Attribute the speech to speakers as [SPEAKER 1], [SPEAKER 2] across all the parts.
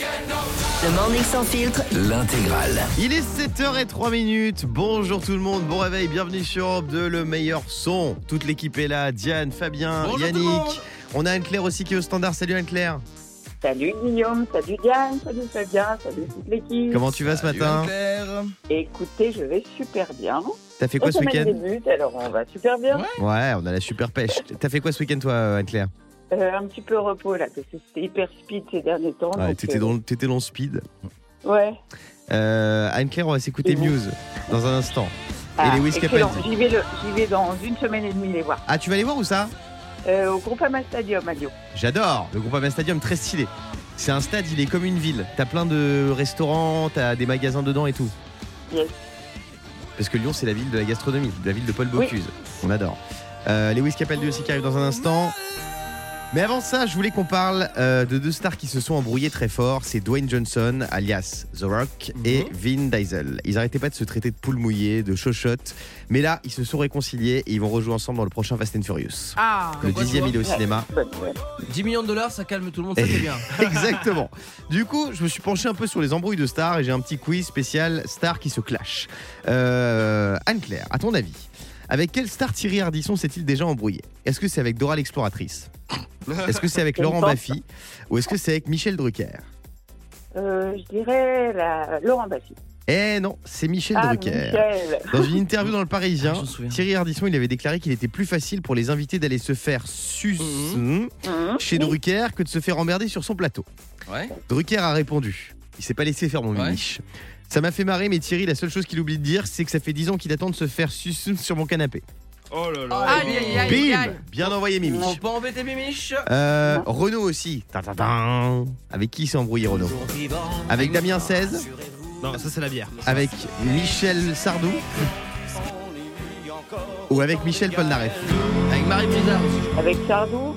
[SPEAKER 1] Le Morning Sans Filtre,
[SPEAKER 2] L'intégrale.
[SPEAKER 3] Il est 7h03 minutes. Bonjour tout le monde, bon réveil, bienvenue sur Europe 2, le meilleur son. Toute l'équipe est là, Diane, Fabien,
[SPEAKER 4] Bonjour tout le monde.
[SPEAKER 3] Ah, Yannick. On a Anne-Claire aussi qui est au standard. Salut Anne-Claire.
[SPEAKER 5] Salut Guillaume, salut Diane, salut Fabien, salut toute l'équipe.
[SPEAKER 3] Comment tu vas ce matin
[SPEAKER 4] Super.
[SPEAKER 5] Écoutez, je vais super bien.
[SPEAKER 3] T'as fait quoi
[SPEAKER 5] La
[SPEAKER 3] ce
[SPEAKER 5] semaine
[SPEAKER 3] week-end
[SPEAKER 5] débute, alors on va super bien.
[SPEAKER 4] Ouais.
[SPEAKER 3] Ouais, on a la super pêche. T'as fait quoi ce week-end toi euh, Anne-Claire
[SPEAKER 5] Euh, un petit peu repos là, parce que c'était hyper speed ces derniers temps.
[SPEAKER 3] Ouais,
[SPEAKER 5] donc,
[SPEAKER 3] t'étais
[SPEAKER 5] euh,
[SPEAKER 3] dans, t'étais dans le speed.
[SPEAKER 5] Ouais.
[SPEAKER 3] Euh, Anne-Claire, on va s'écouter
[SPEAKER 5] Et vous
[SPEAKER 3] Muse dans un instant.
[SPEAKER 5] Ah,
[SPEAKER 3] Lewis
[SPEAKER 5] excellent.
[SPEAKER 3] Capaldi.
[SPEAKER 5] J'y vais, le- j'y vais dans une semaine et demie les voir.
[SPEAKER 3] Ah, tu vas aller voir où ça
[SPEAKER 5] Euh, au Groupama Stadium à Lyon.
[SPEAKER 3] J'adore Le groupe Ama Stadium, très stylé. C'est un stade, il est comme une ville. T'as plein de restaurants, t'as des magasins dedans et tout.
[SPEAKER 5] Yes.
[SPEAKER 3] Parce que Lyon, c'est la ville de la gastronomie, de la ville de Paul Bocuse. On adore. Euh, Lewis Capaldi aussi qui arrive dans un instant. Mais avant ça, je voulais qu'on parle euh, de deux stars qui se sont embrouillées très fort. C'est Dwayne Johnson, alias The Rock, et Vin Diesel. Ils arrêtaient pas de se traiter de poule mouillée, de chochotte. Mais là, ils se sont réconciliés et ils vont rejouer ensemble dans le prochain Fast and Furious.
[SPEAKER 4] Ah,
[SPEAKER 3] Le dixième, il est au cinéma.
[SPEAKER 5] Bonne nouvelle.
[SPEAKER 4] 10 millions de dollars, ça calme tout le monde, ça c'est bien.
[SPEAKER 3] Exactement. Du coup, je me suis penché un peu sur les embrouilles de stars et j'ai un petit quiz spécial stars qui se clashent. Euh, Anne-Claire, à ton avis, avec quelle star Thierry Ardisson s'est-il déjà embrouillé Est-ce que c'est avec Dora l'exploratrice Est-ce que c'est avec Laurent Baffy Ou est-ce que c'est avec Michel Drucker
[SPEAKER 5] Euh, je dirais la... Laurent Baffy.
[SPEAKER 3] Eh non, c'est Michel
[SPEAKER 5] Ah,
[SPEAKER 3] Drucker.
[SPEAKER 5] Michel.
[SPEAKER 3] Dans une interview dans le Parisien,
[SPEAKER 4] Ah, je me souviens.
[SPEAKER 3] Thierry Ardisson, il avait déclaré qu'il était plus facile pour les invités d'aller se faire sus
[SPEAKER 5] Mhm.
[SPEAKER 3] chez Drucker que de se faire emmerder sur son plateau.
[SPEAKER 4] Ouais.
[SPEAKER 3] Drucker a répondu. Il s'est pas laissé faire mon
[SPEAKER 4] Ouais.
[SPEAKER 3] mimiche. Ça m'a fait marrer, mais Thierry, la seule chose qu'il oublie de dire, c'est que ça fait 10 ans qu'il attend de se faire sucer sur mon canapé.
[SPEAKER 4] Aïe aïe aïe.
[SPEAKER 3] Bim Bien
[SPEAKER 4] Oh,
[SPEAKER 3] envoyé,
[SPEAKER 4] On
[SPEAKER 3] Mimiche.
[SPEAKER 4] peut embêter Mimiche.
[SPEAKER 3] Euh, Renaud aussi. Tadadam. Avec qui il s'est embrouillé, Renaud Avec Damien 16
[SPEAKER 6] Non, ça c'est la bière.
[SPEAKER 3] Avec Michel Sardou Ou avec Michel Polnareff
[SPEAKER 4] Avec Marie Bizarre.
[SPEAKER 5] Avec Sardou.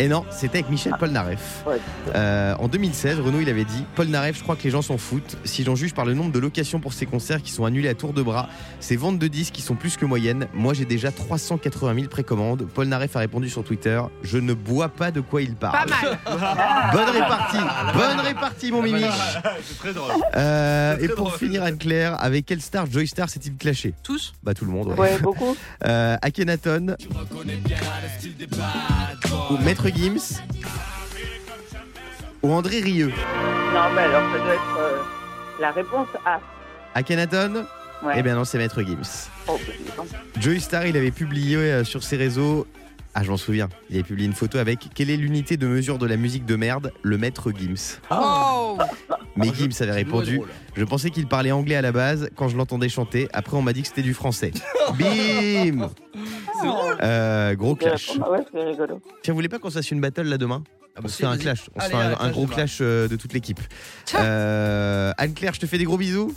[SPEAKER 3] Et non, c'était avec Michel Polnareff.
[SPEAKER 5] Ouais.
[SPEAKER 3] Euh, en 2016, Renaud, il avait dit Polnareff, je crois que les gens s'en foutent. Si j'en juge par le nombre de locations pour ses concerts qui sont annulées à tour de bras, ses ventes de disques qui sont plus que moyennes, moi j'ai déjà 380 000 précommandes. Polnareff a répondu sur Twitter Je ne bois pas de quoi il
[SPEAKER 7] Pas
[SPEAKER 3] parle.
[SPEAKER 7] mal.
[SPEAKER 3] Bonne répartie Bonne répartie, mon mimi
[SPEAKER 6] C'est très drôle.
[SPEAKER 3] Euh,
[SPEAKER 6] C'est
[SPEAKER 3] Et
[SPEAKER 6] très
[SPEAKER 3] pour
[SPEAKER 6] drôle.
[SPEAKER 3] finir, Anne-Claire, avec quelle star Joy Star s'est-il clashé
[SPEAKER 4] Tous
[SPEAKER 3] Bah, tout le monde. ouais.
[SPEAKER 5] Ouais, beaucoup.
[SPEAKER 3] Euh, Akhenaton. Ou Maître Gims. Ou André Rieu.
[SPEAKER 5] Non, mais alors ça doit être euh, la réponse A.
[SPEAKER 3] Akhenaton
[SPEAKER 5] Ouais.
[SPEAKER 3] Eh bien non, c'est Maître Gims.
[SPEAKER 5] Oh, dis donc.
[SPEAKER 3] Joey Star, il avait publié euh, sur ses réseaux. Ah, je m'en souviens. Il avait publié une photo avec Quelle est l'unité de mesure de la musique de merde Le Maître Gims.
[SPEAKER 4] Ah.
[SPEAKER 7] Oh,
[SPEAKER 3] Mais Gims avait répondu Je pensais qu'il parlait anglais à la base quand je l'entendais chanter. Après, on m'a dit que c'était du français. Bim
[SPEAKER 5] Oh,
[SPEAKER 3] Euh, Gros clash.
[SPEAKER 5] Ouais, c'est rigolo.
[SPEAKER 3] Tiens, vous voulez pas qu'on se fasse une battle là demain
[SPEAKER 4] Ah
[SPEAKER 3] On se fait un clash, on se
[SPEAKER 4] Allez,
[SPEAKER 3] fait un,
[SPEAKER 4] allez,
[SPEAKER 3] un
[SPEAKER 4] clash
[SPEAKER 3] gros
[SPEAKER 4] demain.
[SPEAKER 3] clash euh, de toute l'équipe.
[SPEAKER 7] Ciao.
[SPEAKER 3] Euh, Anne-Claire, je te fais des gros bisous.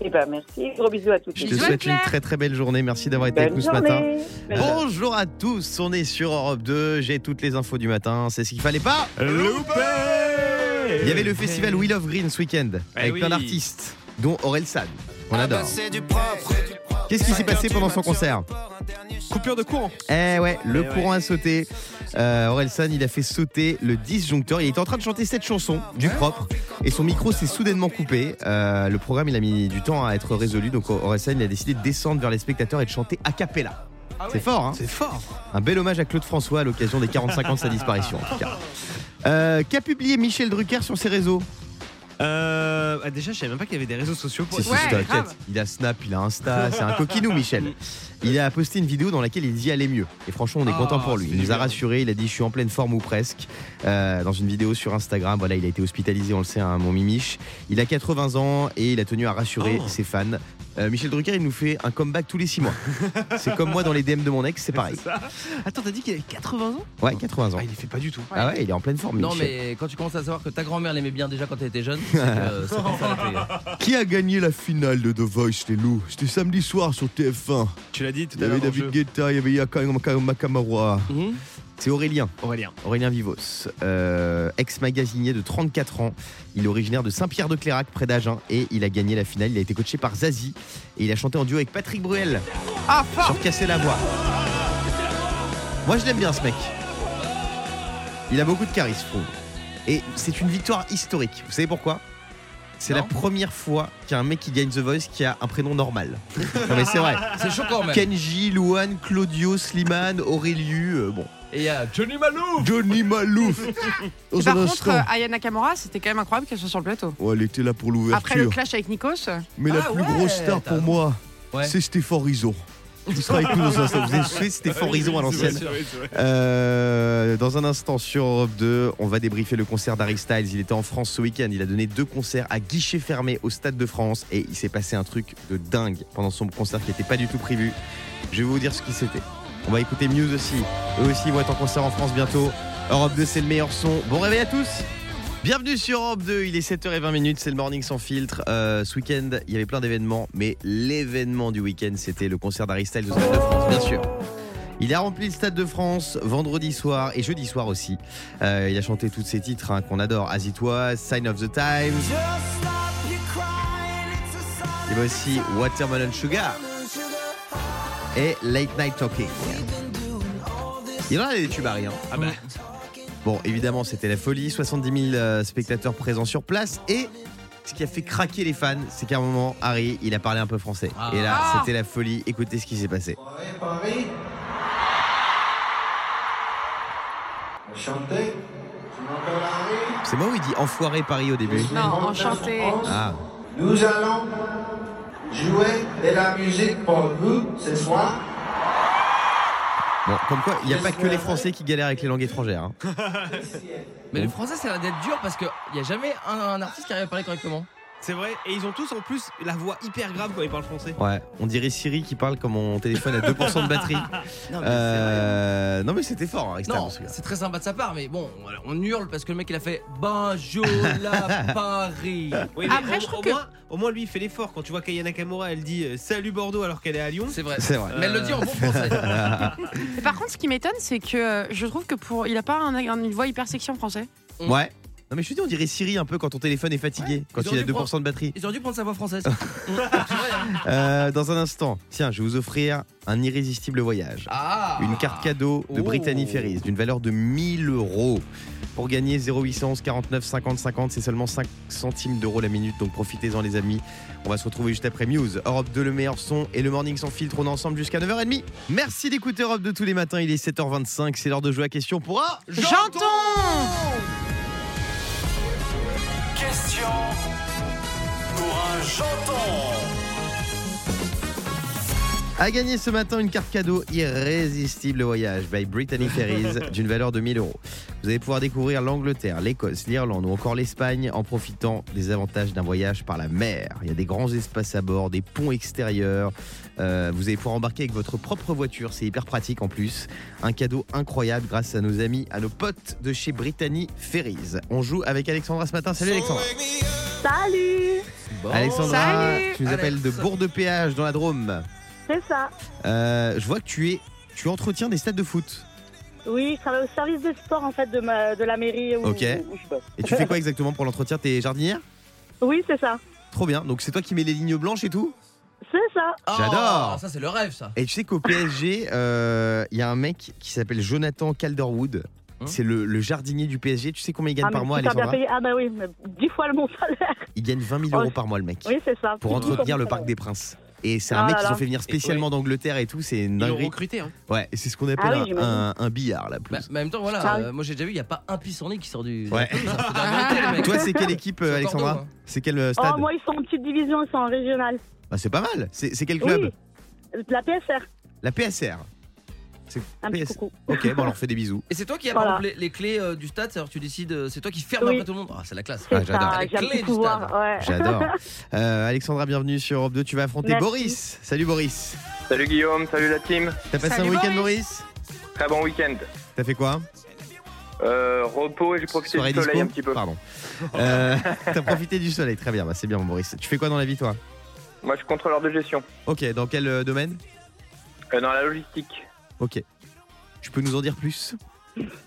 [SPEAKER 5] Eh ben, merci. Gros bisous à toutes
[SPEAKER 3] Je te
[SPEAKER 7] Bisous,
[SPEAKER 3] souhaite une
[SPEAKER 7] Anne-Claire.
[SPEAKER 3] très très belle journée. Merci d'avoir été avec
[SPEAKER 5] Bonne
[SPEAKER 3] nous ce matin.
[SPEAKER 5] journée. Bonne journée.
[SPEAKER 3] Bonjour à tous, on est sur Europe 2, j'ai toutes les infos du matin, c'est ce qu'il fallait pas.
[SPEAKER 6] Loupé
[SPEAKER 3] Il y avait le festival Wheel of Green ce week-end, avec
[SPEAKER 6] Eh oui. Ah bah
[SPEAKER 3] plein d'artistes, dont Aurel San. On adore. Qu'est-ce qui s'est passé pendant son concert
[SPEAKER 6] Coupure de courant.
[SPEAKER 3] Eh ouais, le
[SPEAKER 6] Eh ouais.
[SPEAKER 3] courant a sauté. Euh, Orelsan, il a fait sauter le disjoncteur. Il était en train de chanter cette chanson du propre et son micro s'est soudainement coupé. Euh, le programme, il a mis du temps à être résolu. Donc Orelsan, il a décidé de descendre vers les spectateurs et de chanter a cappella. C'est fort, hein
[SPEAKER 6] Ah C'est fort.
[SPEAKER 3] Un bel hommage à Claude François à l'occasion des 45 ans de sa disparition, en tout cas. Euh, Qu'a publié Michel Drucker sur ses réseaux
[SPEAKER 6] Euh, ah, déjà, je savais même pas qu'il y avait des réseaux sociaux pour
[SPEAKER 3] Si, si,
[SPEAKER 7] Ouais,
[SPEAKER 3] si, t'inquiète.
[SPEAKER 7] grave.
[SPEAKER 3] Il a Snap, il a Insta, c'est un coquinou, Michel. Il a posté une vidéo dans laquelle il dit aller mieux. Et franchement, on est
[SPEAKER 6] Ah,
[SPEAKER 3] content pour lui.
[SPEAKER 6] c'est
[SPEAKER 3] Il nous a
[SPEAKER 6] bien.
[SPEAKER 3] rassuré, il a dit je suis en pleine forme ou presque. Euh, dans une vidéo sur Instagram, voilà, il a été hospitalisé, on le sait, hein, mon mimiche. Il a 80 ans et il a tenu à rassurer
[SPEAKER 6] Oh.
[SPEAKER 3] ses fans. Euh, Michel Drucker, il nous fait un comeback tous les 6 mois. c'est comme moi dans les DM de mon ex, c'est pareil.
[SPEAKER 6] Attends, t'as dit qu'il avait 80 ans
[SPEAKER 3] Ouais, 80 ans.
[SPEAKER 6] Ah, il les fait pas du tout.
[SPEAKER 3] Ah ouais, il est en pleine forme.
[SPEAKER 4] Non
[SPEAKER 3] Michel.
[SPEAKER 4] mais quand tu commences à savoir que ta grand-mère l'aimait bien déjà quand elle était jeune, c'est que, euh, c'est pour ça la paix.
[SPEAKER 3] Qui a gagné la finale de The Voice, les loups C'était samedi soir sur TF1.
[SPEAKER 6] Tu l'as dit tout
[SPEAKER 3] Il y
[SPEAKER 6] à
[SPEAKER 3] avait
[SPEAKER 6] l'heure. dans le
[SPEAKER 3] David
[SPEAKER 6] jeu.
[SPEAKER 3] Guetta, il y avait Yaka Makamara.
[SPEAKER 4] Mhm.
[SPEAKER 3] C'est Aurélien.
[SPEAKER 6] Aurélien.
[SPEAKER 3] Aurélien Vivos, euh, ex-magasinier de 34 ans. Il est originaire de Saint-Pierre-de-Clairac, près d'Agen, et il a gagné la finale. Il a été coaché par Zazie et il a chanté en duo avec Patrick Bruel
[SPEAKER 7] ah fort.
[SPEAKER 3] sur Casser la voix. Moi, je l'aime bien, ce mec. Il a beaucoup de charisme, je trouve. Et c'est une victoire historique. Vous savez pourquoi C'est la
[SPEAKER 4] Non.
[SPEAKER 3] première fois qu'il y a un mec qui gagne The Voice qui a un prénom normal. non mais c'est vrai.
[SPEAKER 4] C'est choquant même.
[SPEAKER 3] Kenji, Luan, Claudio, Slimane, Auréliu, euh, bon.
[SPEAKER 4] Et il y a Johnny Malouf
[SPEAKER 3] Johnny Malouf
[SPEAKER 2] Et par contre, euh, Aya Nakamura, c'était quand même incroyable qu'elle soit sur le plateau.
[SPEAKER 3] elle était là pour
[SPEAKER 2] Après le clash avec Nikos,
[SPEAKER 3] Mais
[SPEAKER 4] Ah ouais, t'as raison.
[SPEAKER 3] moi,
[SPEAKER 4] Ouais.
[SPEAKER 3] Stéphane Rizzo. Il sera avec nous dans un instant. Vous avez suivi Stéphane Rizzo à l'ancienne. Euh, dans un instant sur Europe 2, on va débriefer le concert d'Harry Styles. Il était en France ce week-end. Il a donné deux concerts à guichet fermé au Stade de France et il s'est passé un truc de dingue pendant son concert qui n'était pas du tout prévu. Je vais vous dire ce qui c'était. On va écouter Muse aussi. Eux aussi vont être en concert en France bientôt. Europe 2, c'est le meilleur son. Bon réveil à tous Bienvenue sur Europe 2, il est 7h20 minutes, c'est le morning sans filtre. Euh, ce week-end, il y avait plein d'événements, mais l'événement du week-end, c'était le concert d'Harry Styles au Stade de France, bien sûr. Il a rempli le Stade de France vendredi soir et jeudi soir aussi. Euh, il a chanté tous ses titres hein, qu'on adore As It Was, Sign of the Times. Il y avait aussi Watermelon Sugar et Late Night Talking. Il en a des tubes Harry, hein.
[SPEAKER 6] Ah bah,
[SPEAKER 3] Bon, évidemment, c'était la folie. 70 000 euh, spectateurs présents sur place. Et ce qui a fait craquer les fans, c'est qu'à un moment, Harry, il a parlé un peu français.
[SPEAKER 4] Ah.
[SPEAKER 3] Et là,
[SPEAKER 2] Ah.
[SPEAKER 3] c'était la folie. Écoutez ce qui s'est passé.
[SPEAKER 7] Paris. Chanter. Tu m'appelles Harry.
[SPEAKER 3] C'est moi où il dit enfoiré Paris au début
[SPEAKER 2] Non, enchanté.
[SPEAKER 3] Ah,
[SPEAKER 7] Nous allons jouer de la musique pour vous ce soir.
[SPEAKER 3] bon, comme quoi, il n'y a pas que les Français qui galèrent avec les langues étrangères. hein.
[SPEAKER 4] Mais le français, ça va d'être dur parce qu'il n'y a jamais un, un artiste qui arrive à parler correctement.
[SPEAKER 6] c'est vrai. Et ils ont tous en plus la voix hyper grave quand ils parlent français.
[SPEAKER 3] Ouais, on dirait Siri qui parle comme on téléphone à 2% de batterie.
[SPEAKER 4] Non,
[SPEAKER 3] Euh, non, mais c'était fort, hein, extrêmement,
[SPEAKER 4] Non,
[SPEAKER 3] celui-là.
[SPEAKER 4] c'est très sympa de sa part, mais bon, voilà, on hurle parce que le mec il a fait Bonjour la Paris.
[SPEAKER 6] Oui, mais
[SPEAKER 2] Après,
[SPEAKER 6] au,
[SPEAKER 2] Ah, je
[SPEAKER 6] au
[SPEAKER 2] trouve que-
[SPEAKER 6] moins, au moins, lui, il fait l'effort. Quand tu vois qu'Ayana Nakamura, elle dit euh, Salut Bordeaux alors qu'elle est à Lyon.
[SPEAKER 4] C'est vrai.
[SPEAKER 3] C'est vrai.
[SPEAKER 4] Mais elle le dit en bon français.
[SPEAKER 2] Et par contre, ce qui m'étonne, c'est que euh, je trouve que pour. Il a pas un- un- une voix hyper sexy en français.
[SPEAKER 3] Ouais. Non, mais je te dis, on dirait Siri un peu quand ton téléphone est fatigué, quand
[SPEAKER 4] ils
[SPEAKER 3] il
[SPEAKER 4] ont
[SPEAKER 3] a
[SPEAKER 4] dû
[SPEAKER 3] 2% de batterie.
[SPEAKER 4] Ils auraient dû prendre sa voix française. Mm, c'est vrai, hein.
[SPEAKER 3] Euh, dans un instant, tiens, je vais vous offrir un irrésistible voyage.
[SPEAKER 4] Ah
[SPEAKER 3] Une carte cadeau de
[SPEAKER 4] Oh.
[SPEAKER 3] Brittany Ferries d'une valeur de 1000 euros. Pour gagner 0811 49 50 50, c'est seulement 5 centimes d'euros la minute, donc profitez-en les amis. On va se retrouver juste après Muse. Europe 2, le meilleur son et le morning sans filtre, on est ensemble jusqu'à 9h30. Merci d'écouter Europe 2 tous les matins, il est 7h25, c'est l'heure de jouer à question pour un...
[SPEAKER 2] J'entends
[SPEAKER 8] Question pour un janton.
[SPEAKER 3] A gagner ce matin une carte cadeau irrésistible voyage by Brittany Ferries d'une valeur de 1000 euros. Vous allez pouvoir découvrir l'Angleterre, l'Écosse, l'Irlande ou encore l'Espagne en profitant des avantages d'un voyage par la mer. Il y a des grands espaces à bord, des ponts extérieurs. Euh, vous allez pouvoir embarquer avec votre propre voiture, c'est hyper pratique en plus. Un cadeau incroyable grâce à nos amis, à nos potes de chez Brittany Ferries. On joue avec Alexandra ce matin. Salut Alexandra.
[SPEAKER 5] Salut
[SPEAKER 4] Bon.
[SPEAKER 3] Alexandra,
[SPEAKER 2] Salut.
[SPEAKER 3] tu nous appelles de
[SPEAKER 4] Alex.
[SPEAKER 3] Bourg-de-Péage dans la Drôme.
[SPEAKER 5] C'est ça.
[SPEAKER 3] Euh, je vois que tu es, tu entretiens des stades de foot.
[SPEAKER 5] Oui, je travaille au service des sports en fait de, ma, de la mairie où,
[SPEAKER 3] Ok.
[SPEAKER 5] où je bosse.
[SPEAKER 3] Et tu fais quoi exactement pour l'entretien T'es jardinière
[SPEAKER 5] Oui, c'est ça.
[SPEAKER 3] Trop bien. Donc c'est toi qui mets les lignes blanches et tout
[SPEAKER 5] C'est ça.
[SPEAKER 4] Oh,
[SPEAKER 3] J'adore.
[SPEAKER 4] Ça, c'est le rêve, ça.
[SPEAKER 3] Et tu sais qu'au PSG, euh, il y a un mec qui s'appelle Jonathan Calderwood.
[SPEAKER 4] Hein
[SPEAKER 3] c'est le, le jardinier du PSG. Tu sais combien il gagne
[SPEAKER 5] Ah, mais
[SPEAKER 3] par mois,
[SPEAKER 5] super bien
[SPEAKER 3] Alexandra
[SPEAKER 5] payé. Ah bah oui, mais 10 fois le mon salaire.
[SPEAKER 3] Il gagne 20 000
[SPEAKER 5] Oh,
[SPEAKER 3] euros par mois, le mec,
[SPEAKER 5] Oui, c'est ça.
[SPEAKER 3] pour entretenir le Parc des Princes. Et c'est un
[SPEAKER 5] Ah
[SPEAKER 3] mec
[SPEAKER 5] là
[SPEAKER 3] qu'ils ont
[SPEAKER 5] là.
[SPEAKER 3] fait venir spécialement d'angleterre et tout. C'est une
[SPEAKER 6] Ils l'ont
[SPEAKER 3] dinguerie.
[SPEAKER 6] recruté. Hein.
[SPEAKER 3] Ouais, et c'est ce qu'on appelle
[SPEAKER 5] Ah oui,
[SPEAKER 3] un, un, un billard, là, plus.
[SPEAKER 4] Bah, mais en même temps, voilà,
[SPEAKER 5] Ah oui.
[SPEAKER 4] euh, moi j'ai déjà vu, il n'y a pas un pissenlit qui sort du.
[SPEAKER 3] Ouais.
[SPEAKER 4] Ça, c'est la vérité, les mecs.
[SPEAKER 3] Toi, c'est quelle équipe, euh,
[SPEAKER 4] C'est
[SPEAKER 3] Alexandra
[SPEAKER 4] Bordeaux, hein.
[SPEAKER 3] C'est quel euh, stade
[SPEAKER 5] Oh, moi, ils sont en petite division, ils sont en régional.
[SPEAKER 3] Bah, C'est pas mal. C'est c'est quel club
[SPEAKER 5] Oui, de la PSR.
[SPEAKER 3] La PSR. C'est
[SPEAKER 5] Un petit
[SPEAKER 3] PS.
[SPEAKER 5] coucou.
[SPEAKER 3] Ok, bon, on leur fait des bisous.
[SPEAKER 4] Et c'est toi qui as
[SPEAKER 5] Voilà.
[SPEAKER 4] par exemple, les, les clés euh, du stade, c'est-à-dire tu décides, euh, c'est toi qui fermes
[SPEAKER 5] Oui.
[SPEAKER 4] après tout le monde. Ah, c'est la classe.
[SPEAKER 5] C'est
[SPEAKER 3] Ah, j'adore.
[SPEAKER 5] ça,
[SPEAKER 4] Les
[SPEAKER 5] j'ai un
[SPEAKER 4] clés
[SPEAKER 5] petit
[SPEAKER 4] du
[SPEAKER 5] pouvoir.
[SPEAKER 4] stade.
[SPEAKER 5] Ouais.
[SPEAKER 3] J'adore. Euh, Alexandra, bienvenue sur Europe 2. Tu vas affronter
[SPEAKER 5] Merci.
[SPEAKER 3] Boris. Salut Boris.
[SPEAKER 9] Salut Guillaume, salut la team.
[SPEAKER 3] T'as passé
[SPEAKER 2] Salut
[SPEAKER 3] un week-end, Boris
[SPEAKER 2] Boris.
[SPEAKER 9] Très bon week-end.
[SPEAKER 3] T'as fait quoi
[SPEAKER 9] Euh, repos et j'ai profité du soleil
[SPEAKER 3] dispo
[SPEAKER 9] un petit peu.
[SPEAKER 3] Pardon. Euh, T'as profité du soleil. Très bien. Bah, c'est bien, mon Boris. Tu fais quoi dans la vie, toi Ah.
[SPEAKER 9] Moi, je suis contrôleur de gestion
[SPEAKER 3] Ok, dans quel euh, domaine
[SPEAKER 9] Euh, dans la logistique.
[SPEAKER 3] Ok. Tu peux nous en dire plus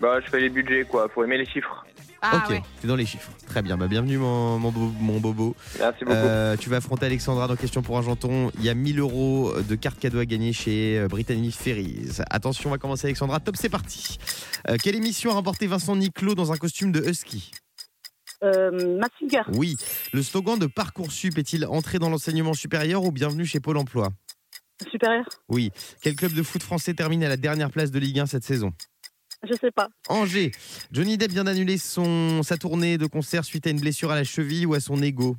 [SPEAKER 9] Bah, je fais les budgets, quoi. Faut aimer les chiffres.
[SPEAKER 2] Ah
[SPEAKER 3] Ok,
[SPEAKER 2] ouais.
[SPEAKER 3] t'es dans les chiffres. Très bien. Bah, bienvenue, mon, mon, bo- mon bobo.
[SPEAKER 9] Merci beaucoup.
[SPEAKER 3] Euh, tu vas affronter Alexandra dans Question pour un janton. Il y a 1000 euros de cartes cadeaux à gagner chez euh, Brittany Ferries. Attention, on va commencer Alexandra. Top, c'est parti. Euh, quelle émission a remporté Vincent Niclot dans un costume de husky
[SPEAKER 5] euh, Maxinger.
[SPEAKER 3] Oui. Le slogan de Parcoursup est-il entré dans l'enseignement supérieur ou bienvenue chez Pôle emploi
[SPEAKER 5] Supérieur.
[SPEAKER 3] Oui. Quel club de foot français termine à la dernière place de Ligue 1 cette saison
[SPEAKER 5] Je sais pas.
[SPEAKER 3] Angers. Johnny Depp vient d'annuler son... sa tournée de concert suite à une blessure à la cheville ou à son ego.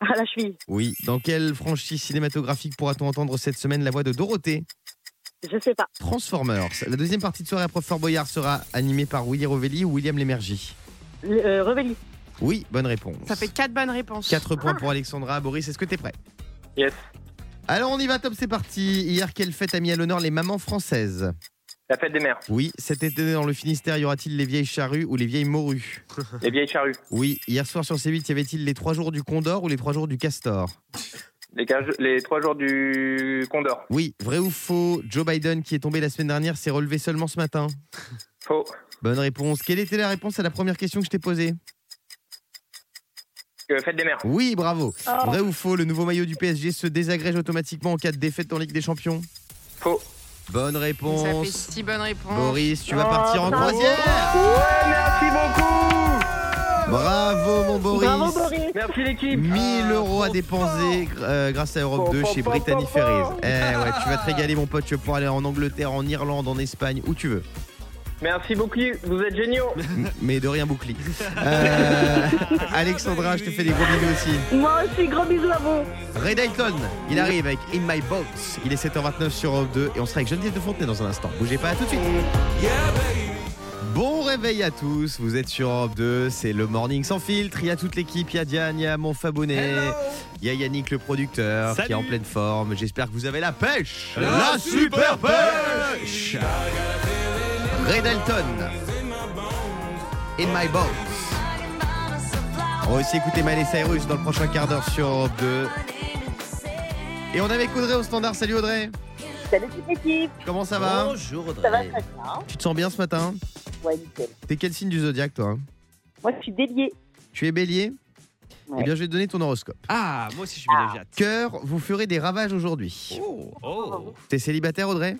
[SPEAKER 5] À Ah, la cheville.
[SPEAKER 3] Oui. Dans quelle franchise cinématographique pourra-t-on entendre cette semaine la voix de Dorothée
[SPEAKER 5] Je sais pas.
[SPEAKER 3] Transformers. La deuxième partie de soirée après Fort Boyard sera animée par Willy Rovelli ou William Lémergie.
[SPEAKER 5] Euh, Revelli.
[SPEAKER 3] Oui, bonne réponse.
[SPEAKER 2] Ça fait 4 bonnes réponses.
[SPEAKER 3] 4 points pour Alexandra. Boris, est-ce que t'es prêt
[SPEAKER 9] Yes.
[SPEAKER 3] Alors on y va, Top, c'est parti. Hier, quelle fête a mis à l'honneur les mamans françaises
[SPEAKER 9] La fête des mères.
[SPEAKER 3] Oui, cet été dans le Finistère, y aura-t-il les vieilles charrues ou les vieilles morues
[SPEAKER 9] Les vieilles charrues.
[SPEAKER 3] Oui, hier soir sur C8, y avait-il les 3 jours du condor ou les 3 jours du castor
[SPEAKER 9] Les, cage- les trois jours du Condor.
[SPEAKER 3] Oui, vrai ou faux, Joe Biden qui est tombé la semaine dernière s'est relevé seulement ce matin.
[SPEAKER 9] Faux.
[SPEAKER 3] Bonne réponse. Quelle était la réponse à la première question que je t'ai posée
[SPEAKER 9] Euh, fête des mères.
[SPEAKER 3] Oui, bravo.
[SPEAKER 5] Oh.
[SPEAKER 3] Vrai ou faux, le nouveau maillot du PSG se désagrège automatiquement en cas de défaite en Ligue des Champions
[SPEAKER 9] Faux.
[SPEAKER 3] Bonne
[SPEAKER 2] Ça fait
[SPEAKER 3] réponse.
[SPEAKER 2] 6 bonnes réponses.
[SPEAKER 3] Boris, tu vas
[SPEAKER 5] Oh,
[SPEAKER 3] partir en
[SPEAKER 5] bravo.
[SPEAKER 3] croisière.
[SPEAKER 9] Ouais, merci beaucoup.
[SPEAKER 3] Bravo mon Boris.
[SPEAKER 5] Bravo Boris.
[SPEAKER 9] Merci l'équipe.
[SPEAKER 3] 1000 euros à dépenser gr- euh, grâce à Europe
[SPEAKER 9] Bon,
[SPEAKER 3] 2
[SPEAKER 9] bon,
[SPEAKER 3] chez
[SPEAKER 9] bon,
[SPEAKER 3] Brittany
[SPEAKER 9] bon,
[SPEAKER 3] Ferries.
[SPEAKER 9] bon.
[SPEAKER 3] Eh ouais, tu vas te régaler mon pote, tu vas pouvoir aller en Angleterre, en Irlande, en Espagne, où tu veux.
[SPEAKER 9] Merci beaucoup. Vous êtes géniaux.
[SPEAKER 3] Mais de rien boucli. Euh, Alexandra, je te fais des gros bisous aussi.
[SPEAKER 5] Moi aussi, gros bisous à vous.
[SPEAKER 3] Ray Dalton, il arrive avec In My Boat. Il est 7h29 sur Europe 2 et on sera avec Geneviève de Fontenay dans un instant. Bougez pas, à tout de suite. Bon réveil à tous, vous êtes sur Europe 2, c'est le morning sans filtre. Il y a toute l'équipe, il y a Diane, il y a mon Fabonnet, il y a Yannick le producteur qui est en
[SPEAKER 6] Salut.
[SPEAKER 3] pleine forme. J'espère que vous avez la pêche, la, super pêche. Ray Dalton, In My Boat. On va aussi écouter Miley Cyrus dans le prochain quart d'heure sur Europe 2. Et on est avec Audrey au standard. Salut Audrey,
[SPEAKER 5] Salut toute l'équipe.
[SPEAKER 3] comment ça va
[SPEAKER 5] Oh,
[SPEAKER 4] Bonjour Audrey.
[SPEAKER 5] Ça va très bien.
[SPEAKER 3] Tu te sens bien ce matin
[SPEAKER 5] Ouais, nickel.
[SPEAKER 3] T'es quel signe du zodiaque toi hein
[SPEAKER 5] Moi, je suis déliée.
[SPEAKER 3] Tu es bélier
[SPEAKER 5] Ouais.
[SPEAKER 3] Eh bien, je vais te donner ton horoscope.
[SPEAKER 6] Ah, moi aussi je suis déjà.
[SPEAKER 3] Cœur, vous ferez des ravages aujourd'hui.
[SPEAKER 6] Oh, oh.
[SPEAKER 3] T'es célibataire, Audrey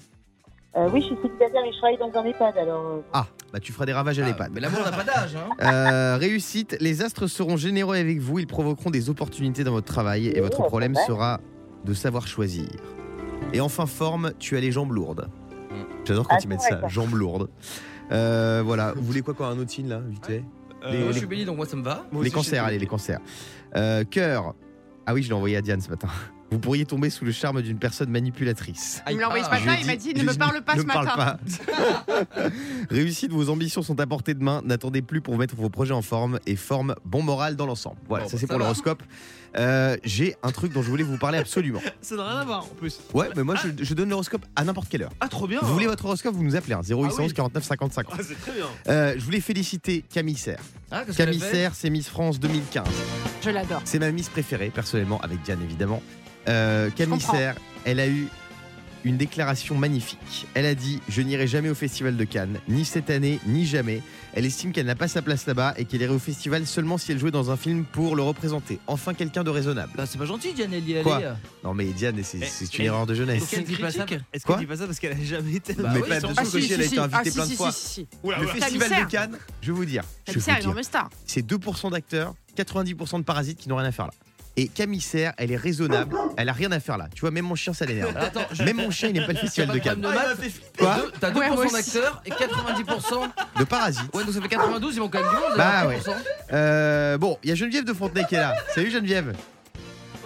[SPEAKER 5] Euh, oui, je suis célibataire mais je travaille dans un EHPAD alors. euh,
[SPEAKER 3] Ah, bah tu feras des ravages à
[SPEAKER 4] Ah,
[SPEAKER 3] l'EHPAD.
[SPEAKER 4] mais l'amour n'a pas d'âge, hein.
[SPEAKER 3] Euh, réussite, les astres seront généreux avec vous, ils provoqueront des opportunités dans votre travail et
[SPEAKER 5] Oui,
[SPEAKER 3] votre
[SPEAKER 5] c'est
[SPEAKER 3] problème
[SPEAKER 5] vrai.
[SPEAKER 3] sera de savoir choisir. Et enfin, forme, tu as les jambes lourdes. J'adore quand
[SPEAKER 5] Ah,
[SPEAKER 3] ils mettent
[SPEAKER 5] c'est
[SPEAKER 3] ça,
[SPEAKER 5] vrai, ça.
[SPEAKER 3] jambes lourdes. Euh, voilà, vous voulez quoi quand un autre signe là, vite fait
[SPEAKER 6] Euh,
[SPEAKER 3] Les-
[SPEAKER 4] Moi,
[SPEAKER 3] les-
[SPEAKER 4] je suis bélier, donc moi ça me va.
[SPEAKER 3] Les cancers, allez, les cancers. Euh, cœur. Ah oui, je l'ai envoyé à Diane ce matin. Vous pourriez tomber sous le charme d'une personne manipulatrice.
[SPEAKER 2] Il me l'a envoyé ce
[SPEAKER 4] Ah,
[SPEAKER 2] matin,
[SPEAKER 3] je
[SPEAKER 2] il
[SPEAKER 3] lui ai
[SPEAKER 2] m'a
[SPEAKER 3] dit-
[SPEAKER 2] dit ne
[SPEAKER 3] je
[SPEAKER 2] me
[SPEAKER 3] lui-
[SPEAKER 2] parle pas
[SPEAKER 3] ne
[SPEAKER 2] ce
[SPEAKER 3] me parle
[SPEAKER 2] matin.
[SPEAKER 3] pas. Réussite, vos ambitions sont à portée de main. N'attendez plus pour mettre vos projets en forme et forme bon moral dans l'ensemble. Voilà,
[SPEAKER 4] Bon,
[SPEAKER 3] ça
[SPEAKER 4] bah, ça
[SPEAKER 3] c'est pour
[SPEAKER 4] va.
[SPEAKER 3] l'horoscope. Euh, J'ai un truc dont je voulais vous parler absolument.
[SPEAKER 6] Ça n'a rien à voir en plus.
[SPEAKER 3] Ouais, mais moi je, je donne l'horoscope à n'importe quelle heure.
[SPEAKER 6] Ah, trop bien.
[SPEAKER 3] Vous voulez votre horoscope, vous nous appelez hein, 0811
[SPEAKER 6] Ah oui.
[SPEAKER 3] 49 50 50.
[SPEAKER 6] Ah, c'est très bien.
[SPEAKER 3] Euh, je voulais féliciter Camille Serre.
[SPEAKER 4] Ah, qu'est-ce qu'elle a
[SPEAKER 3] Camille
[SPEAKER 4] fait
[SPEAKER 3] Serre, c'est Miss France 2015.
[SPEAKER 2] Je l'adore.
[SPEAKER 3] C'est ma Miss préférée, personnellement, avec Diane évidemment. Euh, Camille
[SPEAKER 2] comprends.
[SPEAKER 3] Serre, elle a eu une déclaration magnifique. Elle a dit Je n'irai jamais au Festival de Cannes, ni cette année, ni jamais. Elle estime qu'elle n'a pas sa place là-bas et qu'elle irait au festival seulement si elle jouait dans un film pour le représenter. Enfin, quelqu'un de raisonnable.
[SPEAKER 4] Bah, c'est pas gentil, Diane Ellie.
[SPEAKER 3] Quoi Non, mais Diane, c'est
[SPEAKER 6] Mais-
[SPEAKER 3] c'est une
[SPEAKER 6] mais-
[SPEAKER 3] erreur de jeunesse.
[SPEAKER 4] Pourquoi elle dit pas ça
[SPEAKER 6] Est-ce
[SPEAKER 3] Quoi
[SPEAKER 6] qu'elle dit pas ça parce qu'elle a jamais été.
[SPEAKER 4] Bah
[SPEAKER 3] mais
[SPEAKER 4] oui,
[SPEAKER 3] pas
[SPEAKER 4] sans
[SPEAKER 3] de
[SPEAKER 4] doute.
[SPEAKER 3] son côté, elle a été invitée
[SPEAKER 2] Ah, si,
[SPEAKER 3] plein de
[SPEAKER 2] si,
[SPEAKER 3] fois.
[SPEAKER 2] si, si, si.
[SPEAKER 6] Oula,
[SPEAKER 3] Le
[SPEAKER 6] oula.
[SPEAKER 3] Festival
[SPEAKER 2] Serre.
[SPEAKER 3] de Cannes, je vais vous dire, je vais
[SPEAKER 2] Camille
[SPEAKER 3] vous
[SPEAKER 2] Serre,
[SPEAKER 3] dire,
[SPEAKER 2] énorme star.
[SPEAKER 3] c'est 2% d'acteurs, 90% de parasites qui n'ont rien à faire là. Et Camille Serre, elle est raisonnable, elle a rien à faire là. Tu vois, même mon chien, ça l'énerve.
[SPEAKER 4] Alors, attends, je-
[SPEAKER 3] Même mon chien, il n'aime pas le
[SPEAKER 4] T'as
[SPEAKER 3] festival
[SPEAKER 4] pas
[SPEAKER 3] de
[SPEAKER 4] de problème
[SPEAKER 3] Cannes.
[SPEAKER 4] de maths
[SPEAKER 3] Quoi
[SPEAKER 4] T'as
[SPEAKER 2] Ouais, moi
[SPEAKER 4] 2%
[SPEAKER 2] aussi.
[SPEAKER 4] d'acteurs et 90%.
[SPEAKER 3] De parasites.
[SPEAKER 4] Ouais, donc ça fait 92, ils vont quand même du monde.
[SPEAKER 3] Bah,
[SPEAKER 4] alors,
[SPEAKER 3] ouais.
[SPEAKER 4] 4%.
[SPEAKER 3] Euh, bon, il y a Geneviève de Fontenay qui est là. Salut Geneviève.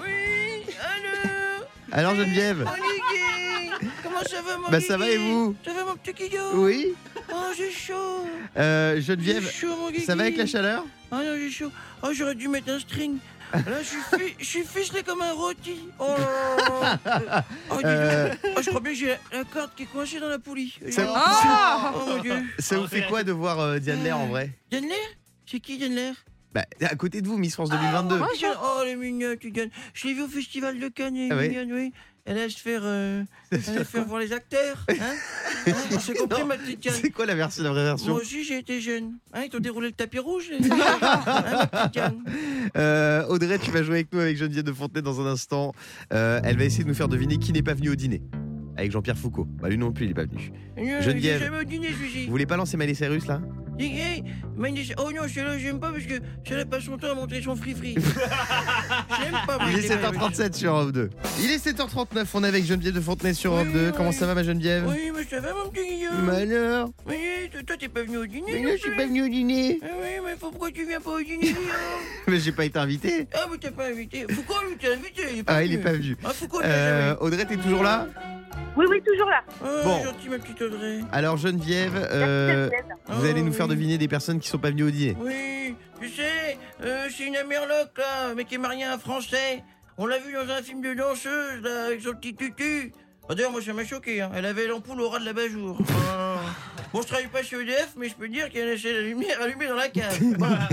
[SPEAKER 10] Oui, allô
[SPEAKER 3] Alors Geneviève,
[SPEAKER 10] Olivier Comment ça va, mon
[SPEAKER 3] bah ça va et
[SPEAKER 10] Guigui
[SPEAKER 3] vous
[SPEAKER 10] Ça va, mon petit Guillaume
[SPEAKER 3] Oui.
[SPEAKER 10] Oh, j'ai chaud
[SPEAKER 3] Euh,
[SPEAKER 10] J'ai
[SPEAKER 3] Geneviève,
[SPEAKER 10] chaud, mon
[SPEAKER 3] ça va avec la
[SPEAKER 10] Guigui.
[SPEAKER 3] chaleur
[SPEAKER 10] Oh non, j'ai chaud Oh, j'aurais dû mettre un string Là, je suis, fi- je suis ficelé comme un rôti Oh là là là. Oh, dis donc.
[SPEAKER 3] Euh.
[SPEAKER 10] Oh, je crois bien que j'ai la corde qui est coincée dans la poulie
[SPEAKER 3] Ça-
[SPEAKER 10] Oh, oh, mon Dieu
[SPEAKER 3] Ça vous fait quoi de voir euh, Diane Lair en vrai
[SPEAKER 10] Yann Lair C'est qui, Yann Lair
[SPEAKER 3] Bah à côté de vous, Miss France 2022.
[SPEAKER 10] Bonjour. Oh, elle est mignonne, tu gagnes. Je l'ai vue au festival de Cannes, elle est
[SPEAKER 3] Ah oui.
[SPEAKER 10] mignonne, oui. Elle allait se faire, euh, elle allait se faire voir les acteurs. Hein Hein, On s'est compris,
[SPEAKER 3] Non.
[SPEAKER 10] ma petite Diane.
[SPEAKER 3] C'est quoi la version, la vraie
[SPEAKER 10] Moi
[SPEAKER 3] version
[SPEAKER 10] aussi, j'ai été jeune. Hein, ils t'ont déroulé le tapis rouge. les- hein, ma petite Diane.
[SPEAKER 3] Euh, Audrey, tu vas jouer avec nous avec Geneviève de Fontenay dans un instant. Euh, elle va essayer de nous faire deviner qui n'est pas venu au dîner. avec Jean-Pierre Foucault. Bah, lui non plus, il est pas venu.
[SPEAKER 10] Non,
[SPEAKER 3] Geneviève.
[SPEAKER 10] J'ai jamais au dîner, Suzy.
[SPEAKER 3] Vous voulez pas lancer Miley Cyrus là
[SPEAKER 10] Eh, Mandy- Oh non, celle-là, j'aime pas parce que celle-là passe son temps à montrer son fri-fri. j'aime Ah, pas.
[SPEAKER 3] Il est
[SPEAKER 10] Mandy-
[SPEAKER 3] 7h37 sur Europe 2. Il est 7h39, on est avec Geneviève de Fontenay sur Europe 2. Comment ça va ma Geneviève
[SPEAKER 10] Oui, mais ça va, mon petit Guillaume
[SPEAKER 3] Mais alors
[SPEAKER 10] Oui, toi, toi, t'es pas venu au dîner.
[SPEAKER 3] Mais
[SPEAKER 10] non
[SPEAKER 3] non, je suis
[SPEAKER 10] plus.
[SPEAKER 3] pas venu au dîner.
[SPEAKER 10] Ah oui, mais pourquoi tu viens pas au dîner, Guillaume
[SPEAKER 3] Mais j'ai pas été invité.
[SPEAKER 10] Ah, mais t'es pas invité. Foucault, lui, t'es invité. Il est pas
[SPEAKER 3] Ah, il est
[SPEAKER 10] venu.
[SPEAKER 3] pas venu.
[SPEAKER 10] Ah, Foucault, t'es
[SPEAKER 3] Euh, Audrey, t'es toujours là
[SPEAKER 5] Oui, oui, toujours là.
[SPEAKER 10] jamais. Ah,
[SPEAKER 3] bon.
[SPEAKER 10] gentil, ma petite Audrey.
[SPEAKER 3] Alors Geneviève, euh,
[SPEAKER 5] Merci, Geneviève.
[SPEAKER 3] vous allez nous faire
[SPEAKER 10] oui.
[SPEAKER 3] deviner des personnes qui sont pas venues au dîner.
[SPEAKER 10] Oui, tu sais, euh, c'est une Amerloc, là, mais qui est mariée à un Français. On l'a vu dans un film de danseuse, là, avec son petit tutu. Ah, D'ailleurs, moi, ça m'a choqué. hein. Elle avait l'ampoule au ras de la bajour. Ah. Bon, je travaille pas chez EDF, mais je peux dire qu'elle a laissé la lumière allumée dans la cave. Voilà.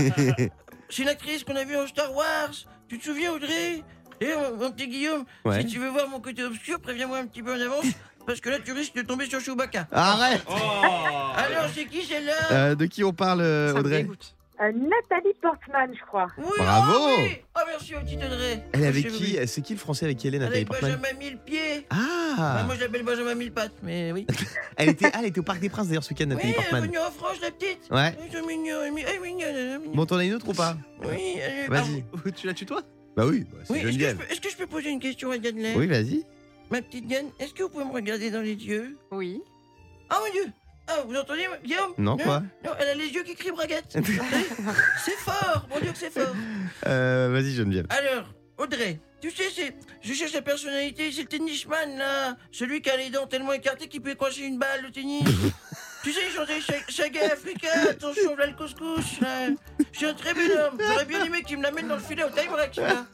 [SPEAKER 10] C'est une actrice qu'on a vue dans Star Wars. Tu te souviens, Audrey D'ailleurs, mon petit Guillaume,
[SPEAKER 3] Ouais.
[SPEAKER 10] si tu veux voir mon côté obscur, préviens-moi un petit peu en avance, parce que là, tu risques de tomber sur Chewbacca.
[SPEAKER 3] Arrête
[SPEAKER 6] Oh. Ah,
[SPEAKER 10] Alors, c'est qui celle-là
[SPEAKER 3] Euh, De qui on parle euh,
[SPEAKER 2] Ça me
[SPEAKER 3] Audrey
[SPEAKER 2] dégoûte.
[SPEAKER 5] Euh, Nathalie Portman, je crois.
[SPEAKER 10] Oui,
[SPEAKER 3] Bravo
[SPEAKER 10] Oh, oui oh merci, au petit Audrey
[SPEAKER 3] Elle est
[SPEAKER 10] Oh,
[SPEAKER 3] avec
[SPEAKER 10] chérie.
[SPEAKER 3] qui C'est qui le français avec qui elle est Nathalie
[SPEAKER 10] Avec
[SPEAKER 3] Portman
[SPEAKER 10] Benjamin Millepied Bah,
[SPEAKER 3] Ah
[SPEAKER 10] Moi, je l'appelle Benjamin Millepattes, mais oui.
[SPEAKER 3] elle était, ah, elle était au Parc des Princes d'ailleurs ce week-end
[SPEAKER 10] oui,
[SPEAKER 3] Nathalie
[SPEAKER 10] elle est
[SPEAKER 3] Portman.
[SPEAKER 10] venue en France, la petite
[SPEAKER 3] Ouais.
[SPEAKER 10] Elle est mignonne, elle est mi- elle est mignonne, elle est mignonne.
[SPEAKER 3] Bon, t'en as une autre ou pas
[SPEAKER 10] Oui, elle est-
[SPEAKER 3] Vas-y.
[SPEAKER 6] oh, tu la tutoies
[SPEAKER 3] Bah oui, bah,
[SPEAKER 10] Ah,
[SPEAKER 3] c'est
[SPEAKER 10] oui, est-ce que, je
[SPEAKER 3] Geneviève.
[SPEAKER 10] peux, est-ce que je peux poser une question à Diane Lair
[SPEAKER 3] Oui, vas-y.
[SPEAKER 10] Ma petite Diane, est-ce que vous pouvez me regarder dans les yeux
[SPEAKER 2] Oui.
[SPEAKER 10] Ah mon dieu Ah, vous entendez, Guillaume
[SPEAKER 3] Non, quoi
[SPEAKER 10] Non, elle a les yeux qui crient braguette Vous entendez C'est fort Mon dieu, que c'est fort
[SPEAKER 3] Euh, Vas-y Geneviève.
[SPEAKER 10] Alors, Audrey, tu sais, c'est, je cherche la personnalité, c'est le tennisman, là. Celui qui a les dents tellement écartées qu'il peut coincer une balle au tennis. tu sais, ils sont des Sha- Saga Africa, attention, là, le couscous, là. Je suis un très bel homme. J'aurais bien aimé qu'il me l'amène dans le filet au time break, là.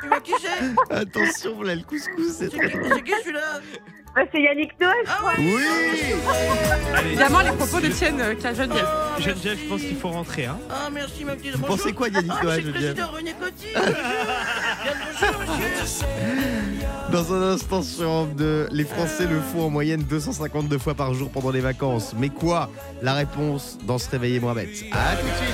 [SPEAKER 10] Tu vois qui c'est
[SPEAKER 3] Attention, voilà le couscous. c'est-
[SPEAKER 10] c'est qui, c'est qui, celui-là
[SPEAKER 5] Bah, c'est Yannick Noah, je
[SPEAKER 10] Ah
[SPEAKER 5] crois.
[SPEAKER 10] ouais
[SPEAKER 3] Oui
[SPEAKER 2] Évidemment, les propos ne tiennent euh, qu'à Geneviève.
[SPEAKER 10] Ah,
[SPEAKER 6] Geneviève, je pense
[SPEAKER 10] merci.
[SPEAKER 6] qu'il faut rentrer. Hein.
[SPEAKER 10] Ah, merci, ma petite.
[SPEAKER 3] Vous
[SPEAKER 10] Bonjour.
[SPEAKER 3] pensez quoi Yannick
[SPEAKER 10] Ah,
[SPEAKER 3] Noah
[SPEAKER 10] c'est le
[SPEAKER 3] Geneviève
[SPEAKER 10] président René Coty Bonjour Bien le bonjour, monsieur
[SPEAKER 3] Dans un instant sur Europe 2, les Français le font en moyenne 252 fois par jour pendant les vacances. Mais quoi La réponse dans ce réveiller moins bête. À tout de suite.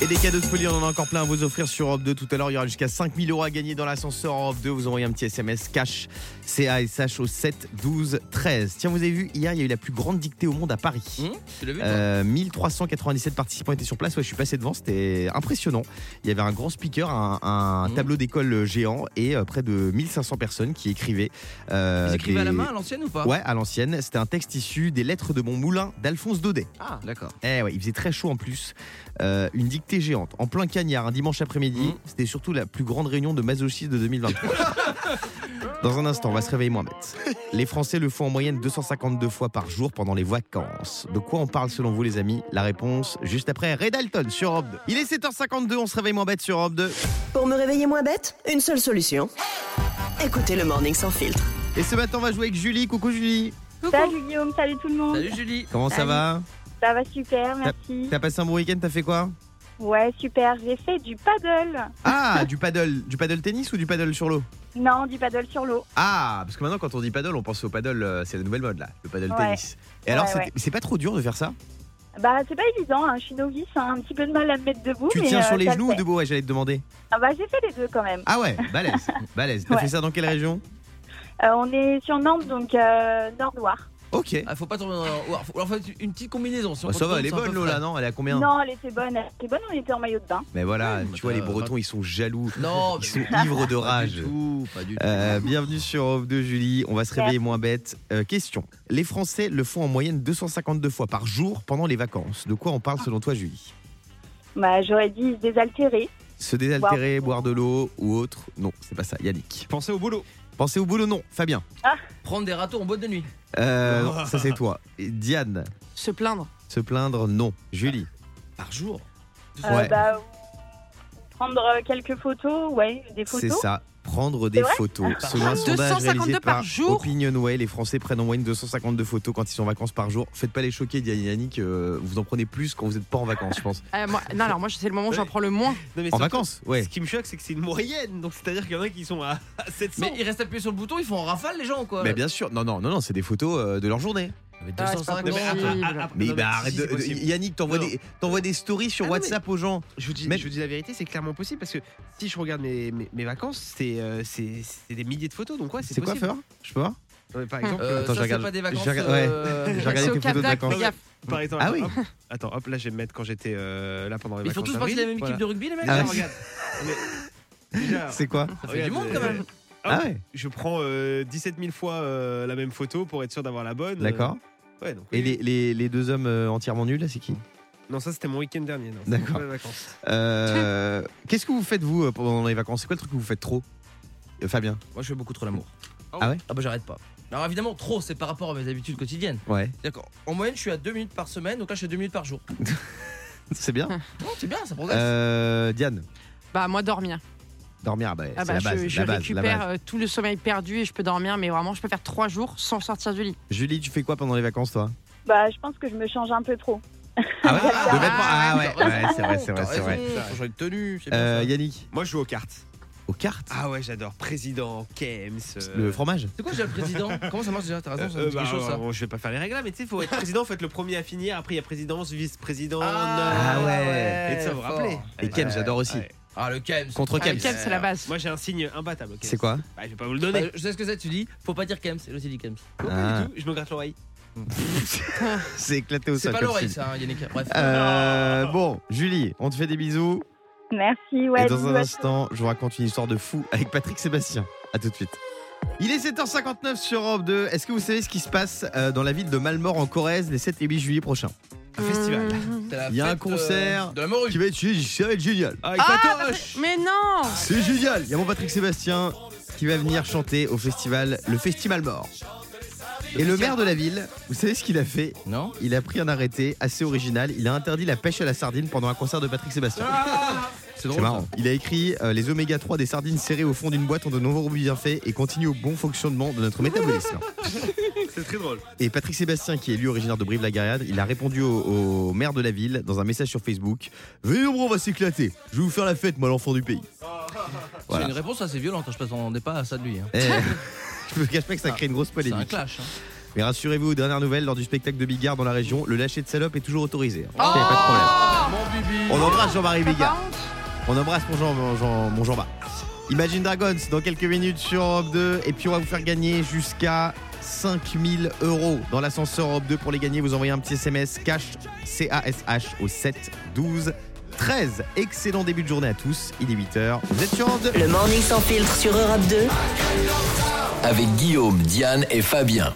[SPEAKER 3] Et des cadeaux de folie, on en a encore plein à vous offrir sur Europe 2. Tout à l'heure, il y aura jusqu'à 5000 euros à gagner dans l'ascenseur Europe 2. Vous envoyez un petit SMS cash, C-A-S-H au 7 12 13. Tiens, vous avez vu, hier, il y a eu la plus grande dictée au monde à Paris.
[SPEAKER 4] Hum, tu l'as vu toi
[SPEAKER 3] Euh, 1397 participants étaient sur place. Ouais, je suis passé devant, c'était impressionnant. Il y avait un grand speaker, un, un
[SPEAKER 4] Mhm.
[SPEAKER 3] tableau d'école géant et euh, près de 1500 personnes qui écrivaient. euh,
[SPEAKER 4] Ils écrivaient à la
[SPEAKER 3] des-
[SPEAKER 4] main à l'ancienne ou pas
[SPEAKER 3] Ouais, à l'ancienne. C'était un texte issu des lettres de mon moulin d'Alphonse Daudet.
[SPEAKER 4] Ah, d'accord.
[SPEAKER 3] Eh ouais, il faisait très chaud en plus. Euh, une dictée géante. En plein cagnard, un dimanche après-midi.
[SPEAKER 4] Mhm.
[SPEAKER 3] C'était surtout la plus grande réunion de masochistes de 2023. Dans un instant, on va se réveiller moins bête. Les Français le font en moyenne 252 fois par jour pendant les vacances. De quoi on parle selon vous, les amis La réponse juste après Red Alton sur Europe 2. Il est 7h52, on se réveille moins bête sur Europe 2.
[SPEAKER 1] Pour me réveiller moins bête, une seule solution. Écoutez le Morning Sans Filtre.
[SPEAKER 3] Et ce matin, on va jouer avec Julie. Coucou Julie.
[SPEAKER 5] Salut Guillaume, salut tout le monde.
[SPEAKER 4] Salut Julie.
[SPEAKER 3] Comment ça
[SPEAKER 5] Salut.
[SPEAKER 3] va
[SPEAKER 5] Ça va super, merci.
[SPEAKER 3] T'as passé un bon week-end T'as fait quoi
[SPEAKER 5] Ouais, super. J'ai fait du paddle.
[SPEAKER 3] Ah, du paddle. Du paddle tennis ou du paddle sur l'eau
[SPEAKER 5] Non, du paddle sur l'eau.
[SPEAKER 3] Ah, parce que maintenant, quand on dit paddle, on pense au paddle, euh, c'est la nouvelle mode là, le paddle
[SPEAKER 5] Ouais.
[SPEAKER 3] tennis. Et alors,
[SPEAKER 5] Ouais,
[SPEAKER 3] c'était-
[SPEAKER 5] ouais.
[SPEAKER 3] c'est pas trop dur de faire ça
[SPEAKER 5] Bah, c'est pas évident, hein. je suis novice, hein. un petit peu de mal à me mettre debout.
[SPEAKER 3] Tu
[SPEAKER 5] mais,
[SPEAKER 3] tiens
[SPEAKER 5] euh,
[SPEAKER 3] sur les
[SPEAKER 5] ça le
[SPEAKER 3] genoux ou
[SPEAKER 5] fait.
[SPEAKER 3] debout Ouais, j'allais te demander.
[SPEAKER 5] Ah, Bah, j'ai fait les deux quand même.
[SPEAKER 3] Ah ouais, balèze, balèze. T'as
[SPEAKER 5] Ouais.
[SPEAKER 3] fait ça dans quelle région
[SPEAKER 5] Euh, on est sur Nantes, donc euh, Nord-Loire.
[SPEAKER 3] Ok.
[SPEAKER 4] Ah, faut pas tomber dans. ou alors, faut- alors, faut une petite combinaison. Si on
[SPEAKER 3] Bah, ça
[SPEAKER 4] tombe,
[SPEAKER 3] va, elle est
[SPEAKER 4] c'est un
[SPEAKER 3] bonne
[SPEAKER 4] peu
[SPEAKER 3] Lola,
[SPEAKER 4] frais.
[SPEAKER 3] non Elle est à combien
[SPEAKER 5] Non, elle était bonne, elle était bonne, on était en maillot de bain.
[SPEAKER 3] Mais voilà,
[SPEAKER 4] Ouais,
[SPEAKER 3] tu
[SPEAKER 4] mais
[SPEAKER 3] vois,
[SPEAKER 4] ça
[SPEAKER 3] les
[SPEAKER 4] va,
[SPEAKER 3] Bretons, ils sont jaloux.
[SPEAKER 4] Non,
[SPEAKER 3] Ils sont ivres de
[SPEAKER 4] euh, Oh, pas
[SPEAKER 3] rage.
[SPEAKER 4] du tout, pas du tout.
[SPEAKER 3] Euh, bienvenue sur Off de Julie, on va se réveiller moins bête. Euh, question, les Français le font en moyenne 252 fois par jour pendant les vacances. De quoi on parle selon toi Julie
[SPEAKER 5] Bah, j'aurais dit désaltérer.
[SPEAKER 3] Se désaltérer, boire de l'eau ou autre Non, c'est pas ça, Yannick.
[SPEAKER 6] Pensez au boulot.
[SPEAKER 3] Pensez au boulot, non, Fabien.
[SPEAKER 4] Prendre des râteaux en boîte de nuit.
[SPEAKER 3] Euh, non, ça c'est toi. Et Diane,
[SPEAKER 2] Se plaindre.
[SPEAKER 3] se plaindre, non. Julie,
[SPEAKER 4] Par jour.
[SPEAKER 5] Euh,
[SPEAKER 3] Ouais.
[SPEAKER 5] bah, prendre euh, quelques photos, ouais, des
[SPEAKER 3] c'est
[SPEAKER 5] photos.
[SPEAKER 3] ça. Prendre des
[SPEAKER 5] vrai
[SPEAKER 3] photos.
[SPEAKER 6] Ah,
[SPEAKER 3] Selon un
[SPEAKER 2] 252
[SPEAKER 3] sondage réalisé
[SPEAKER 2] par
[SPEAKER 3] par
[SPEAKER 2] jour.
[SPEAKER 3] OpinionWay, les Français prennent en moyenne 252 photos quand ils sont en vacances par jour. Faites pas les choquer, Diane et Yannick. euh, vous en prenez plus quand vous n'êtes pas en vacances, je pense.
[SPEAKER 2] Euh, moi- non, alors moi, c'est le moment où j'en prends le moins.
[SPEAKER 6] Non, mais
[SPEAKER 3] En
[SPEAKER 6] surtout,
[SPEAKER 3] vacances, ouais.
[SPEAKER 6] Ce qui me choque, c'est que c'est une moyenne. Donc, c'est-à-dire qu'il y en a qui sont à à 700.
[SPEAKER 4] Mais ils restent appuyés sur le bouton, ils font en rafale les gens ou quoi
[SPEAKER 3] Mais bien sûr, non, non, non, non, c'est des photos euh, de leur journée.
[SPEAKER 4] Mais
[SPEAKER 2] Ah, c'est pas
[SPEAKER 4] 250
[SPEAKER 2] possible.
[SPEAKER 4] après-
[SPEAKER 3] Mais
[SPEAKER 6] ah,
[SPEAKER 3] bah,
[SPEAKER 6] non, si,
[SPEAKER 3] arrête
[SPEAKER 6] si,
[SPEAKER 3] de-
[SPEAKER 6] c'est possible.
[SPEAKER 3] Yannick, t'envoies
[SPEAKER 6] Non, non.
[SPEAKER 3] des, t'envoies des stories sur
[SPEAKER 6] Ah non,
[SPEAKER 3] WhatsApp aux gens.
[SPEAKER 6] Je vous dis,
[SPEAKER 3] Mais-
[SPEAKER 6] je vous dis la vérité, c'est clairement possible parce que si je regarde mes, mes, mes vacances, c'est euh, c'est- c'est des milliers de photos, donc ouais, c'est
[SPEAKER 3] C'est quoi
[SPEAKER 6] possible.
[SPEAKER 3] faire Je peux voir Ouais, Par exemple,
[SPEAKER 4] Euh,
[SPEAKER 3] attends,
[SPEAKER 4] ça,
[SPEAKER 3] je
[SPEAKER 4] c'est
[SPEAKER 3] regarde.
[SPEAKER 4] pas des vacances,
[SPEAKER 3] je regarde- ouais,
[SPEAKER 4] euh,
[SPEAKER 3] j'ai regardé
[SPEAKER 2] au
[SPEAKER 3] tes
[SPEAKER 2] Cap
[SPEAKER 3] photos de
[SPEAKER 2] d'Ac,
[SPEAKER 3] vacances.
[SPEAKER 2] fais gaffe.
[SPEAKER 6] Par exemple,
[SPEAKER 3] Ah oui.
[SPEAKER 6] hop, attends, hop, là je vais me mettre quand j'étais euh, là pendant les
[SPEAKER 4] Mais ils font
[SPEAKER 6] vacances
[SPEAKER 4] tous partie de la même équipe de rugby, les mecs hein,
[SPEAKER 3] Ah
[SPEAKER 6] Ah,
[SPEAKER 3] ouais.
[SPEAKER 6] regarde. Mais, déjà,
[SPEAKER 3] C'est quoi
[SPEAKER 4] Ça fait
[SPEAKER 6] regarde,
[SPEAKER 4] du monde
[SPEAKER 6] euh,
[SPEAKER 4] quand même.
[SPEAKER 3] Ah ouais,
[SPEAKER 6] Je prends euh, 17 000 fois euh, la même photo pour être sûr d'avoir la bonne.
[SPEAKER 3] d'accord.
[SPEAKER 6] Euh, ouais, donc,
[SPEAKER 3] Et les, les- les deux hommes euh, entièrement nuls, là, c'est qui
[SPEAKER 6] Non, ça c'était mon week-end dernier. non, c'était
[SPEAKER 3] D'accord.
[SPEAKER 6] pas les vacances.
[SPEAKER 3] Euh, Qu'est-ce que vous faites, vous, euh, pendant les vacances C'est quoi le truc que vous faites trop Euh, Fabien
[SPEAKER 4] Moi, je fais beaucoup trop l'amour.
[SPEAKER 3] Ah ouais
[SPEAKER 4] Ah bah j'arrête pas. Alors évidemment, trop, c'est par rapport à mes habitudes quotidiennes.
[SPEAKER 3] Ouais,
[SPEAKER 4] D'accord. En moyenne, je suis à 2 minutes par semaine, donc là, je suis à 2 minutes par jour.
[SPEAKER 3] c'est bien.
[SPEAKER 4] Oh, c'est bien, ça progresse.
[SPEAKER 3] Euh, Diane,
[SPEAKER 2] Bah, moi, dormir.
[SPEAKER 3] dormir, ah bah,
[SPEAKER 2] Ah
[SPEAKER 3] c'est
[SPEAKER 2] bah,
[SPEAKER 3] la
[SPEAKER 2] je,
[SPEAKER 3] base.
[SPEAKER 2] je
[SPEAKER 3] la base, la
[SPEAKER 2] récupère
[SPEAKER 3] base.
[SPEAKER 2] euh, tout le sommeil perdu et je peux dormir, mais vraiment, je peux faire trois jours sans sortir du lit.
[SPEAKER 3] Julie, tu fais quoi pendant les vacances, toi
[SPEAKER 5] Bah, je pense que je me change un peu trop.
[SPEAKER 3] Ah ouais De vêtements
[SPEAKER 2] Ah
[SPEAKER 3] Ah ouais, ouais, c'est vrai, c'est vrai,
[SPEAKER 4] T'as
[SPEAKER 3] c'est vrai.
[SPEAKER 4] raison, faut changer de tenue, c'est bien
[SPEAKER 3] Euh,
[SPEAKER 4] ça.
[SPEAKER 3] Yannick,
[SPEAKER 6] Moi je joue aux cartes.
[SPEAKER 3] aux cartes
[SPEAKER 6] Ah ouais, j'adore. Président, Kems. euh,
[SPEAKER 3] Le fromage
[SPEAKER 4] C'est quoi déjà le président Comment ça marche déjà T'as raison, ça me
[SPEAKER 6] Euh,
[SPEAKER 4] dit
[SPEAKER 6] bah,
[SPEAKER 4] quelque chose ça.
[SPEAKER 6] bon, je vais pas faire les règles là, mais tu sais, faut être président, faut être le premier à finir. Après, il y a présidence, vice-président.
[SPEAKER 3] Ah
[SPEAKER 6] non. Ah,
[SPEAKER 3] ouais.
[SPEAKER 6] Et de ça, vous vous
[SPEAKER 4] fort.
[SPEAKER 6] rappelez
[SPEAKER 3] Et Kems, j'adore aussi.
[SPEAKER 6] ouais.
[SPEAKER 4] Ah, le KM.
[SPEAKER 3] Contre
[SPEAKER 2] Ah,
[SPEAKER 3] Kems.
[SPEAKER 2] le Kems, c'est la base.
[SPEAKER 6] Moi, j'ai un signe imbattable. ok.
[SPEAKER 3] C'est quoi
[SPEAKER 6] Bah, Je vais pas vous le
[SPEAKER 4] Bah,
[SPEAKER 6] donner.
[SPEAKER 4] je sais ce que c'est, tu dis, faut pas dire KM, c'est le dit KM.
[SPEAKER 6] Non,
[SPEAKER 3] Ah.
[SPEAKER 6] pas du tout, je me gratte l'oreille.
[SPEAKER 3] C'est éclaté au
[SPEAKER 4] C'est
[SPEAKER 3] sol.
[SPEAKER 4] pas
[SPEAKER 3] comme
[SPEAKER 4] l'oreille
[SPEAKER 3] style.
[SPEAKER 4] ça, hein, Yannick. Bref.
[SPEAKER 3] Euh, bon, Julie, on te fait des bisous.
[SPEAKER 5] Merci,
[SPEAKER 3] Et
[SPEAKER 5] ouais.
[SPEAKER 3] dans
[SPEAKER 5] bisous
[SPEAKER 3] un
[SPEAKER 5] à
[SPEAKER 3] instant, je vous raconte une histoire de fou avec Patrick Sébastien. À tout de suite. Il est 7h59 sur Europe 2. Est-ce que vous savez ce qui se passe euh, dans la ville de Malmort en Corrèze les 7 et 8 juillet prochains
[SPEAKER 6] Un festival.
[SPEAKER 2] Mmh.
[SPEAKER 4] C'est la
[SPEAKER 3] il y a un
[SPEAKER 4] fête, euh,
[SPEAKER 3] concert.
[SPEAKER 4] de la morue.
[SPEAKER 3] Qui va être, ça va être génial.
[SPEAKER 6] Avec
[SPEAKER 2] Ah,
[SPEAKER 4] bah,
[SPEAKER 6] Patoche
[SPEAKER 2] Mais non
[SPEAKER 3] C'est génial. Il y a mon Patrick Sébastien qui va venir chanter au festival, le Festival Mort. Et le maire de la ville, vous savez ce qu'il a fait
[SPEAKER 4] Non
[SPEAKER 3] Il a pris un arrêté assez original. Il a interdit la pêche à la sardine pendant un concert de Patrick Sébastien.
[SPEAKER 4] bah, C'est
[SPEAKER 3] C'est
[SPEAKER 4] drôle.
[SPEAKER 3] marrant. Il a écrit euh, Les oméga 3 des sardines serrées au fond d'une boîte ont de nombreux bienfaits et continuent au bon fonctionnement de notre métabolisme.
[SPEAKER 6] C'est très drôle.
[SPEAKER 3] Et Patrick Sébastien, qui est lui originaire de Brive-la-Gaillarde, il a répondu au, au maire de la ville dans un message sur Facebook Venez, nombreux, on va s'éclater. Je vais vous faire la fête, moi, l'enfant du pays.
[SPEAKER 4] ça.
[SPEAKER 3] Voilà.
[SPEAKER 4] C'est une réponse assez violente, hein, je m'attendais pas à ça de lui. hein.
[SPEAKER 3] Eh, je me cache pas que ça crée une grosse
[SPEAKER 4] C'est un
[SPEAKER 3] polémique.
[SPEAKER 4] clash. hein.
[SPEAKER 3] Mais rassurez-vous, dernière nouvelle, lors du spectacle de Bigard dans la région, le lâcher de salope est toujours autorisé. Il y a pas de problème.
[SPEAKER 4] Oh Mon bibi
[SPEAKER 3] On embrasse Jean-Marie
[SPEAKER 2] T'as pas
[SPEAKER 3] Bigard.
[SPEAKER 2] honte
[SPEAKER 3] On embrasse mon Jean, mon Jean, mon Jean-Bas. Imagine Dragons dans quelques minutes sur Europe 2. Et puis on va vous faire gagner jusqu'à 5000 euros dans l'ascenseur Europe 2. Pour les gagner, vous envoyez un petit SMS cash C-A-S-H au 7 12 13. Excellent début de journée à tous. Il est 8h. Vous êtes sur Europe 2.
[SPEAKER 1] Le morning sans filtre sur Europe 2.
[SPEAKER 8] Avec Guillaume, Diane et Fabien.